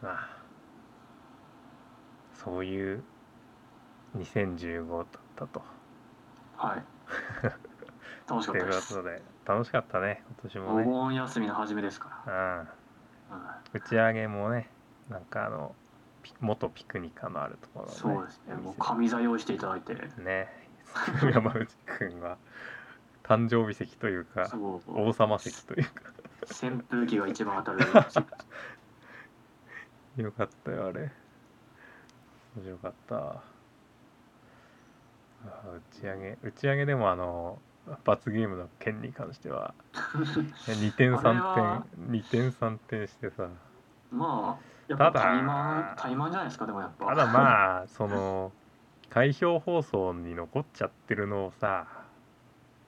[SPEAKER 1] うん。まあ、そういう2015だったと。
[SPEAKER 2] はい楽しか
[SPEAKER 1] と
[SPEAKER 2] っ
[SPEAKER 1] いう
[SPEAKER 2] たで
[SPEAKER 1] こ
[SPEAKER 2] す
[SPEAKER 1] とで、楽しかったね、今年
[SPEAKER 2] お
[SPEAKER 1] もね。
[SPEAKER 2] 盆休みの初めですか
[SPEAKER 1] うん。
[SPEAKER 2] ら、う
[SPEAKER 1] 打ち上げもね、なんかあの、ピ元ピクニカのあるところ
[SPEAKER 2] ん、
[SPEAKER 1] の
[SPEAKER 2] そうですねもう
[SPEAKER 1] お店
[SPEAKER 2] 神座用意していただいて
[SPEAKER 1] ね 山内くんは誕生日席というか
[SPEAKER 2] そう
[SPEAKER 1] 王様席というか
[SPEAKER 2] 扇風機が一番当たる
[SPEAKER 1] よかったよあれ面白かったあー打ち上げ打ち上げでもあの罰ゲームの件に関して は2点
[SPEAKER 2] あれは
[SPEAKER 1] 3点2点3点してさ
[SPEAKER 2] まあやっぱ
[SPEAKER 1] ただ
[SPEAKER 2] 怠慢怠慢じゃないですかでもやっぱ
[SPEAKER 1] ただまあその開票放送に残っちゃってるのをさ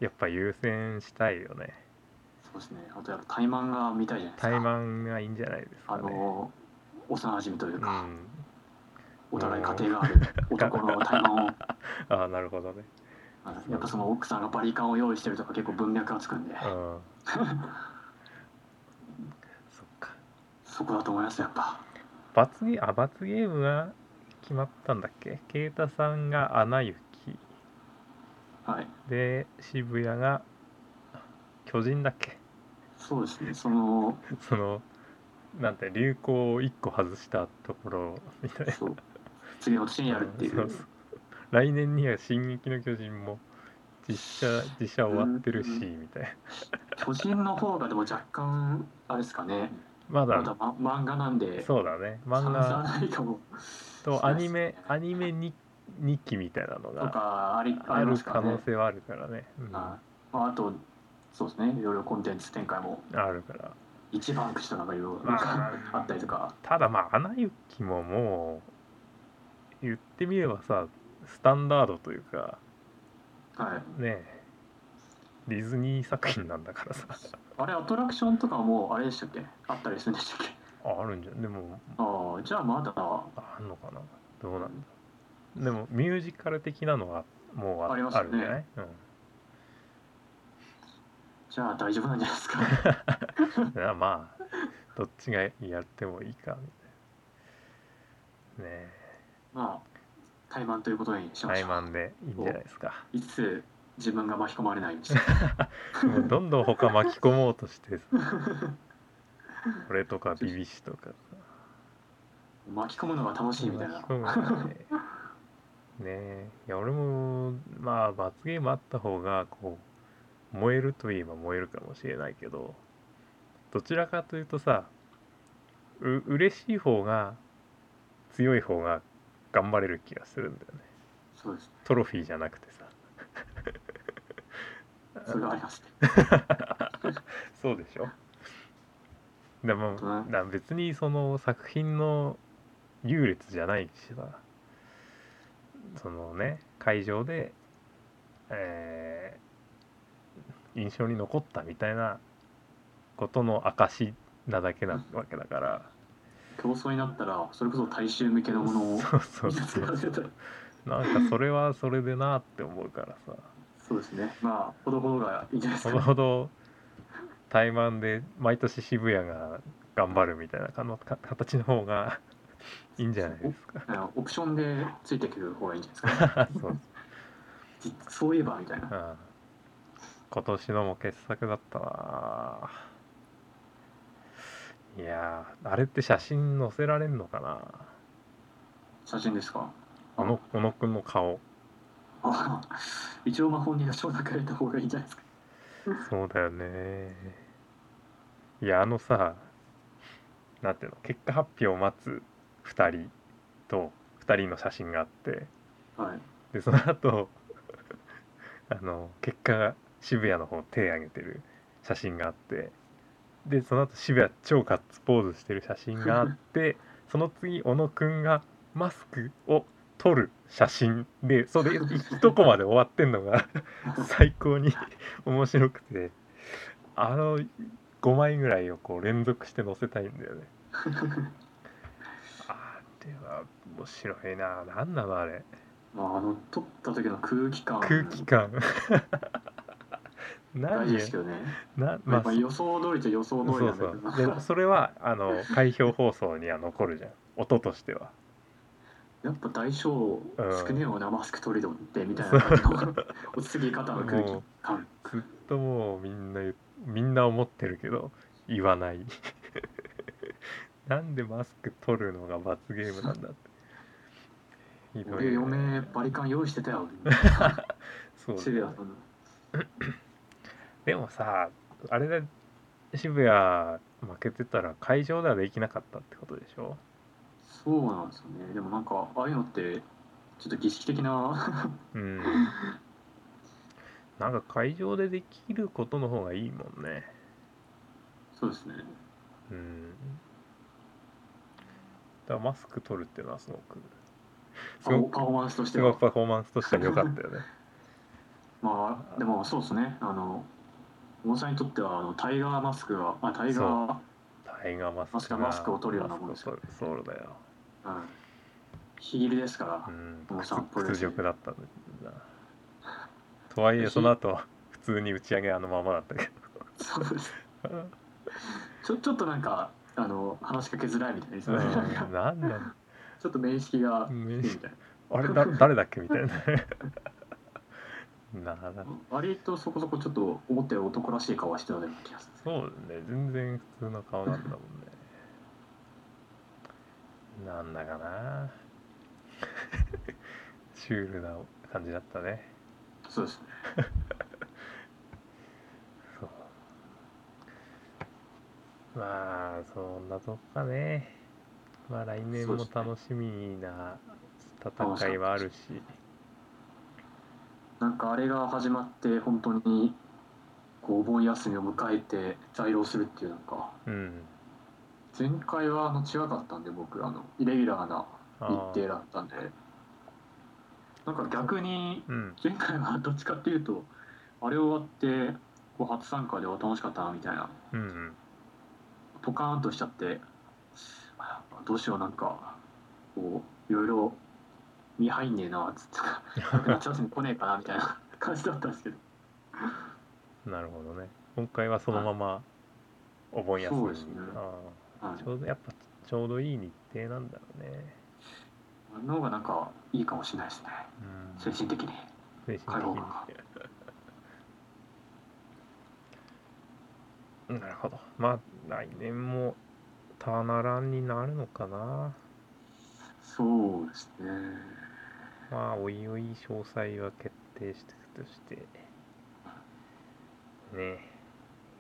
[SPEAKER 1] やっぱ優先したいよね
[SPEAKER 2] そうですねあとやっぱ怠慢が見たいじゃないですか
[SPEAKER 1] 怠慢がいいんじゃないです
[SPEAKER 2] あ
[SPEAKER 1] かね
[SPEAKER 2] の幼馴染という
[SPEAKER 1] う
[SPEAKER 2] か、
[SPEAKER 1] ん
[SPEAKER 2] お互い家庭がある男の怠 慢を
[SPEAKER 1] ああなるほどね
[SPEAKER 2] あのやっぱその奥さんがバリカンを用意してるとか結構文脈がつくんで、
[SPEAKER 1] うんそっか
[SPEAKER 2] そこだと思いますやっぱ
[SPEAKER 1] 罰ゲあ罰ゲームが決まったんだっけ啓太さんが「アナ雪
[SPEAKER 2] はい」
[SPEAKER 1] で渋谷が「巨人」だっけ
[SPEAKER 2] そうですねその
[SPEAKER 1] そのなんて流行を1個外したところみたいな
[SPEAKER 2] そう次の年にやるってい
[SPEAKER 1] そう
[SPEAKER 2] う
[SPEAKER 1] そう来年には「進撃の巨人」も実写実写終わってるし
[SPEAKER 2] う
[SPEAKER 1] みたいな
[SPEAKER 2] 巨人の方がでも若干あれですかね
[SPEAKER 1] ま
[SPEAKER 2] まだ
[SPEAKER 1] だ
[SPEAKER 2] ま漫画なんで
[SPEAKER 1] そうだね漫
[SPEAKER 2] 賛成
[SPEAKER 1] 画
[SPEAKER 2] はないかも
[SPEAKER 1] とアニメ
[SPEAKER 2] そうですね
[SPEAKER 1] アニメに日記みたいなの
[SPEAKER 2] と
[SPEAKER 1] が
[SPEAKER 2] かありあ
[SPEAKER 1] あ
[SPEAKER 2] り
[SPEAKER 1] る
[SPEAKER 2] ますか
[SPEAKER 1] 可
[SPEAKER 2] らね
[SPEAKER 1] 能性はあるからね。うん
[SPEAKER 2] は
[SPEAKER 1] あ
[SPEAKER 2] いまあ、あとそうですねいろいろコンテンツ展開も
[SPEAKER 1] るから。
[SPEAKER 2] 一番口とかがいろいろ
[SPEAKER 1] ま
[SPEAKER 2] なん
[SPEAKER 1] あ
[SPEAKER 2] か あったりとか
[SPEAKER 1] ただまあ、アナ雪ももう、言ってみればさ、スタンダードというか、
[SPEAKER 2] はい
[SPEAKER 1] ねえ、ディズニー作品なんだからさ、
[SPEAKER 2] あれアトラクションとかもあれでしたっけあったりするんでしたっけ
[SPEAKER 1] ああるんじゃん。でも、
[SPEAKER 2] ああじゃあまだ
[SPEAKER 1] あんのかなどうなんだでも、ミュージカル的なのはもうあ
[SPEAKER 2] あります
[SPEAKER 1] あ
[SPEAKER 2] よ
[SPEAKER 1] るん
[SPEAKER 2] ね
[SPEAKER 1] じゃない、
[SPEAKER 2] じゃあ大丈夫なんじゃない ですか
[SPEAKER 1] うん。だからまあ、どっちがやってもいいか、みたいな。ね
[SPEAKER 2] まあ怠慢ということにし
[SPEAKER 1] え、
[SPEAKER 2] まし
[SPEAKER 1] 怠
[SPEAKER 2] ょう
[SPEAKER 1] 慢でいいんじゃないですか。
[SPEAKER 2] いつ自分が巻き込まれないようにして
[SPEAKER 1] もうどんどん他巻き込もうとしてさこれとかビビシとか
[SPEAKER 2] 巻き込むのが楽し
[SPEAKER 1] 巻き
[SPEAKER 2] いみたいな
[SPEAKER 1] 込むからねねえいや俺もまあ罰ゲームあった方がこう燃えるといえば燃えるかもしれないけどどちらかというとさう嬉しい方が強い方が頑張れる気がするんだよね
[SPEAKER 2] そうです
[SPEAKER 1] トロフィーじゃなくてさ
[SPEAKER 2] それがありますね。
[SPEAKER 1] そうでしょ でも
[SPEAKER 2] うん
[SPEAKER 1] だ別にその作品の優劣じゃないしさそのね会場で、えー印象に残ったみたいなことの証なだけなわけだから
[SPEAKER 2] 競争になったらそれこそ大衆向けのものを
[SPEAKER 1] そうそう
[SPEAKER 2] 見せ
[SPEAKER 1] そ
[SPEAKER 2] られ
[SPEAKER 1] う
[SPEAKER 2] たら
[SPEAKER 1] なんかそれはそれでなって思うからさ
[SPEAKER 2] そうですねまあほどほどがいいんじゃないです
[SPEAKER 1] ほど
[SPEAKER 2] かね
[SPEAKER 1] ほど怠慢で毎年渋谷が頑張るみたいなかのか形の方がいいんじゃないですか。
[SPEAKER 2] あのオプションでついてくる方がいいんじゃないですかね
[SPEAKER 1] そう
[SPEAKER 2] 実そういえばみたいな
[SPEAKER 1] うん今年のも傑作だったなぁいやーあれって写真載せられんのかな
[SPEAKER 2] 写真ですか
[SPEAKER 1] 小野小野くんの顔
[SPEAKER 2] あ一応まあ本人が承諾くれた方がいいんじゃないですか
[SPEAKER 1] そうだよねいやあのさなんていうの結果発表を待つ2人と2人の写真があって
[SPEAKER 2] はい
[SPEAKER 1] でその後 あの結果が渋谷の方手挙げてる写真があってでその後渋谷超ガッツポーズしてる写真があってその次小野くんがマスクを撮る写真でそれ一コマで終わってんのが 最高に面白くてあの5枚ぐらいをこう連続して載せたいんだよね。あれは面白いな何なのあれ。
[SPEAKER 2] まああの撮った時の空気感
[SPEAKER 1] 空気感
[SPEAKER 2] 大事
[SPEAKER 1] 何
[SPEAKER 2] ですけどね、
[SPEAKER 1] なま
[SPEAKER 2] まあ、
[SPEAKER 1] あそ
[SPEAKER 2] 予想通りじゃ予想通り
[SPEAKER 1] そ
[SPEAKER 2] な
[SPEAKER 1] うんそ
[SPEAKER 2] だ
[SPEAKER 1] う
[SPEAKER 2] けど
[SPEAKER 1] でそれはあの開票放送には残るじゃん音としては
[SPEAKER 2] やっぱ大小
[SPEAKER 1] うん
[SPEAKER 2] 少ねえよなマスク取りどってみたいな感じの落ち着き方の空気感
[SPEAKER 1] ずっともうみんな言うみんな思ってるけど言わない なんでマスク取るのが罰ゲームなんだってひどい
[SPEAKER 2] 俺
[SPEAKER 1] よね
[SPEAKER 2] 嫁バリカン用意してたよ
[SPEAKER 1] そうだ
[SPEAKER 2] シ
[SPEAKER 1] よね
[SPEAKER 2] ビアさんの
[SPEAKER 1] でもさあれで渋谷負けてたら会場ではできなかったってことでしょ
[SPEAKER 2] そうなんですよねでもなんかああいうのってちょっと儀式的な
[SPEAKER 1] うん。なんか会場でできることの方がいいもんね。
[SPEAKER 2] そうですね
[SPEAKER 1] うん。だからマスク取るっていうのはすごく、す
[SPEAKER 2] パフォ
[SPEAKER 1] ご
[SPEAKER 2] パフォーマンスと
[SPEAKER 1] く、
[SPEAKER 2] して
[SPEAKER 1] すご
[SPEAKER 2] は
[SPEAKER 1] くパフォーマンスとしては良かったよ ね。
[SPEAKER 2] まあでもそうですねあの小野さんにとってはあのタイガーマスクがあタイガー
[SPEAKER 1] タイガーマスクが。
[SPEAKER 2] マスクを取るようなもんですよ
[SPEAKER 1] マスクを取るそうだよ。
[SPEAKER 2] うんヒールですから、
[SPEAKER 1] うん
[SPEAKER 2] お。散歩
[SPEAKER 1] 屈
[SPEAKER 2] です
[SPEAKER 1] 屈
[SPEAKER 2] ね
[SPEAKER 1] 辱だったんだな。とはいえ、その後、普通に打ち上げあのままだったけ
[SPEAKER 2] そうです
[SPEAKER 1] ど。
[SPEAKER 2] ちょちょっとなんかあの話しかけづらいみたいです
[SPEAKER 1] う
[SPEAKER 2] ね、
[SPEAKER 1] ん。
[SPEAKER 2] なんか
[SPEAKER 1] なんだ
[SPEAKER 2] ちょっと面識が低い
[SPEAKER 1] 面
[SPEAKER 2] み
[SPEAKER 1] 識
[SPEAKER 2] たいな
[SPEAKER 1] あれだ、誰だっけみたいな。 なら
[SPEAKER 2] 割とそこそこちょっと思ったより男らしい顔はしてたような気がする
[SPEAKER 1] そうだね全然普通の顔なんだもんねなんだかな シュールな感じだったね
[SPEAKER 2] そうですね
[SPEAKER 1] そうまあそんなとこかねまあ来年も楽しみな戦いはあるし
[SPEAKER 2] なんかあれが始まって本当にこうお盆休みを迎えて在労するっていうなんか
[SPEAKER 1] うん
[SPEAKER 2] 前回はあの違かったんで僕あのイレギュラーな日
[SPEAKER 1] あ
[SPEAKER 2] 程
[SPEAKER 1] ー
[SPEAKER 2] だったんでなんか逆に
[SPEAKER 1] うん
[SPEAKER 2] 前回はどっちかっていうとあれ終わってこう初参加では楽しかったなみたいな
[SPEAKER 1] うんうん
[SPEAKER 2] ポカーンとしちゃってあどうしようなんかこういろいろ見入んねえなつってなんか夏休み来ねえかなみたいな感じだったんですけど
[SPEAKER 1] なるほどね今回はそのままお盆休み
[SPEAKER 2] そ
[SPEAKER 1] に
[SPEAKER 2] うですね
[SPEAKER 1] あ
[SPEAKER 2] は
[SPEAKER 1] ー
[SPEAKER 2] い
[SPEAKER 1] ちょうどやっぱちょうどいい日程なんだろうね
[SPEAKER 2] あの方がなんかいいかもしれないですね
[SPEAKER 1] うん
[SPEAKER 2] 精神的に
[SPEAKER 1] 精神的
[SPEAKER 2] 解放
[SPEAKER 1] に
[SPEAKER 2] 感が
[SPEAKER 1] なるほどまあ来年もタナランになるのかな
[SPEAKER 2] そうですね
[SPEAKER 1] まあおいおい詳細は決定していくとしてねえ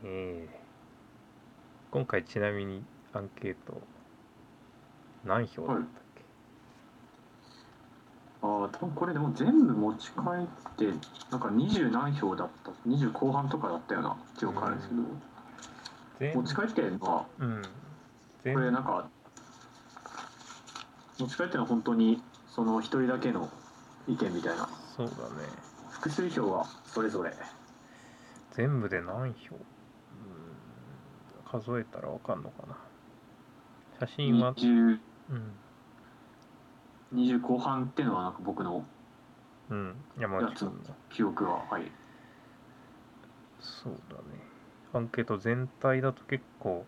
[SPEAKER 1] ええ今回ちなみにアンケート何票だったっけ、
[SPEAKER 2] あ多分これでも全部持ち帰ってなんか20何票だった20後半とかだったような記憶あるんですけど、
[SPEAKER 1] 全
[SPEAKER 2] 持ち帰ってるのは
[SPEAKER 1] うん
[SPEAKER 2] これ
[SPEAKER 1] 全
[SPEAKER 2] なんか持ち帰ってるのは本当にその一人だけの意見みたいな
[SPEAKER 1] そうだね
[SPEAKER 2] 複数票はそれぞれ
[SPEAKER 1] 全部で何票うん数えたらわかんのかな写真は、
[SPEAKER 2] 20,
[SPEAKER 1] うん
[SPEAKER 2] 20後半ってのはなんか僕の
[SPEAKER 1] うん、山内君の
[SPEAKER 2] 記憶ははい
[SPEAKER 1] そうだねアンケート全体だと結構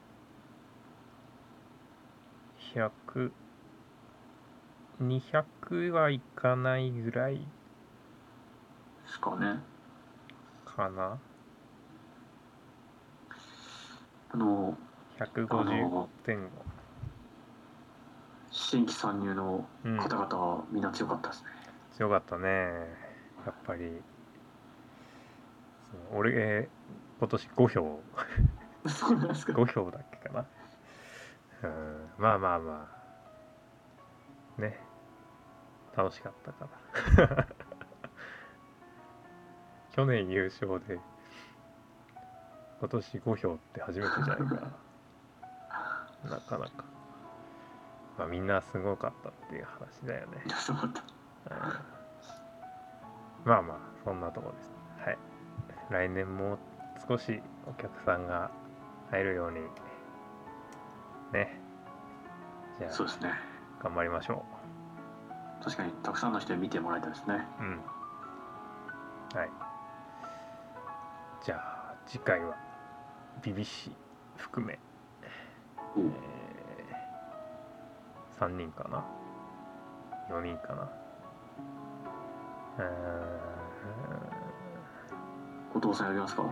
[SPEAKER 1] 100200はいかないぐらい
[SPEAKER 2] ですかね
[SPEAKER 1] かな
[SPEAKER 2] あのあ
[SPEAKER 1] 150
[SPEAKER 2] の
[SPEAKER 1] 前後、
[SPEAKER 2] 新規参入の
[SPEAKER 1] うん、
[SPEAKER 2] 方々はみんな強かったですね、
[SPEAKER 1] 強かったねやっぱりそう俺えー今年5票
[SPEAKER 2] そうなんですか
[SPEAKER 1] 5票だっけかなうんまあまあまあね楽しかったから 去年優勝で今年5票って初めてじゃないかなかなかまあみんなすごかったっていう話だよね
[SPEAKER 2] いやそうだった
[SPEAKER 1] うんまあまあそんなところですはい来年も少しお客さんが入るようにねじゃ
[SPEAKER 2] そうですね
[SPEAKER 1] あ頑張りましょ
[SPEAKER 2] 確かにたくさんの人に見てもらいたいですね
[SPEAKER 1] ううんはいじゃあ次回はビビシ含め、
[SPEAKER 2] う
[SPEAKER 1] え
[SPEAKER 2] ん
[SPEAKER 1] ー、3人かな4人かなうーん
[SPEAKER 2] 後藤さんやりますか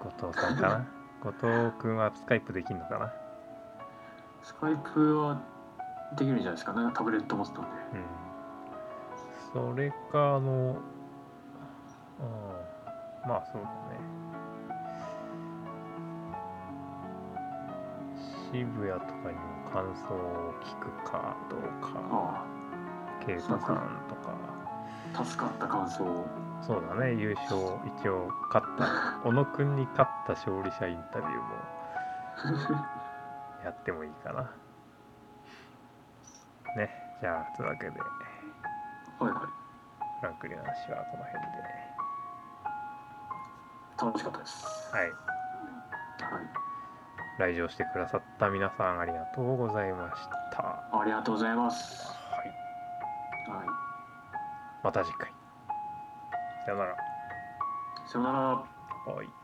[SPEAKER 1] 後藤さんか な後藤くんはスカイプできるのかな
[SPEAKER 2] スカイプはできるんじゃないですかねタブレット持ってたんで
[SPEAKER 1] うんそれかあのうんまあそうだね渋谷とかにも感想を聞くかどうか
[SPEAKER 2] あ
[SPEAKER 1] 圭太さんとか
[SPEAKER 2] あ助かった感想を
[SPEAKER 1] そうだね優勝一応勝った小野くんに勝った勝利者インタビューもやってもいいかなねじゃあというわけで
[SPEAKER 2] はいは
[SPEAKER 1] フランクリンの話はこの辺で。
[SPEAKER 2] い楽しかったです
[SPEAKER 1] はい、
[SPEAKER 2] はい、
[SPEAKER 1] 来場してくださった皆さんありがとうございました。は
[SPEAKER 2] ありがとうございます
[SPEAKER 1] い、
[SPEAKER 2] は
[SPEAKER 1] また次回。さよなら。
[SPEAKER 2] いさよなら
[SPEAKER 1] はい。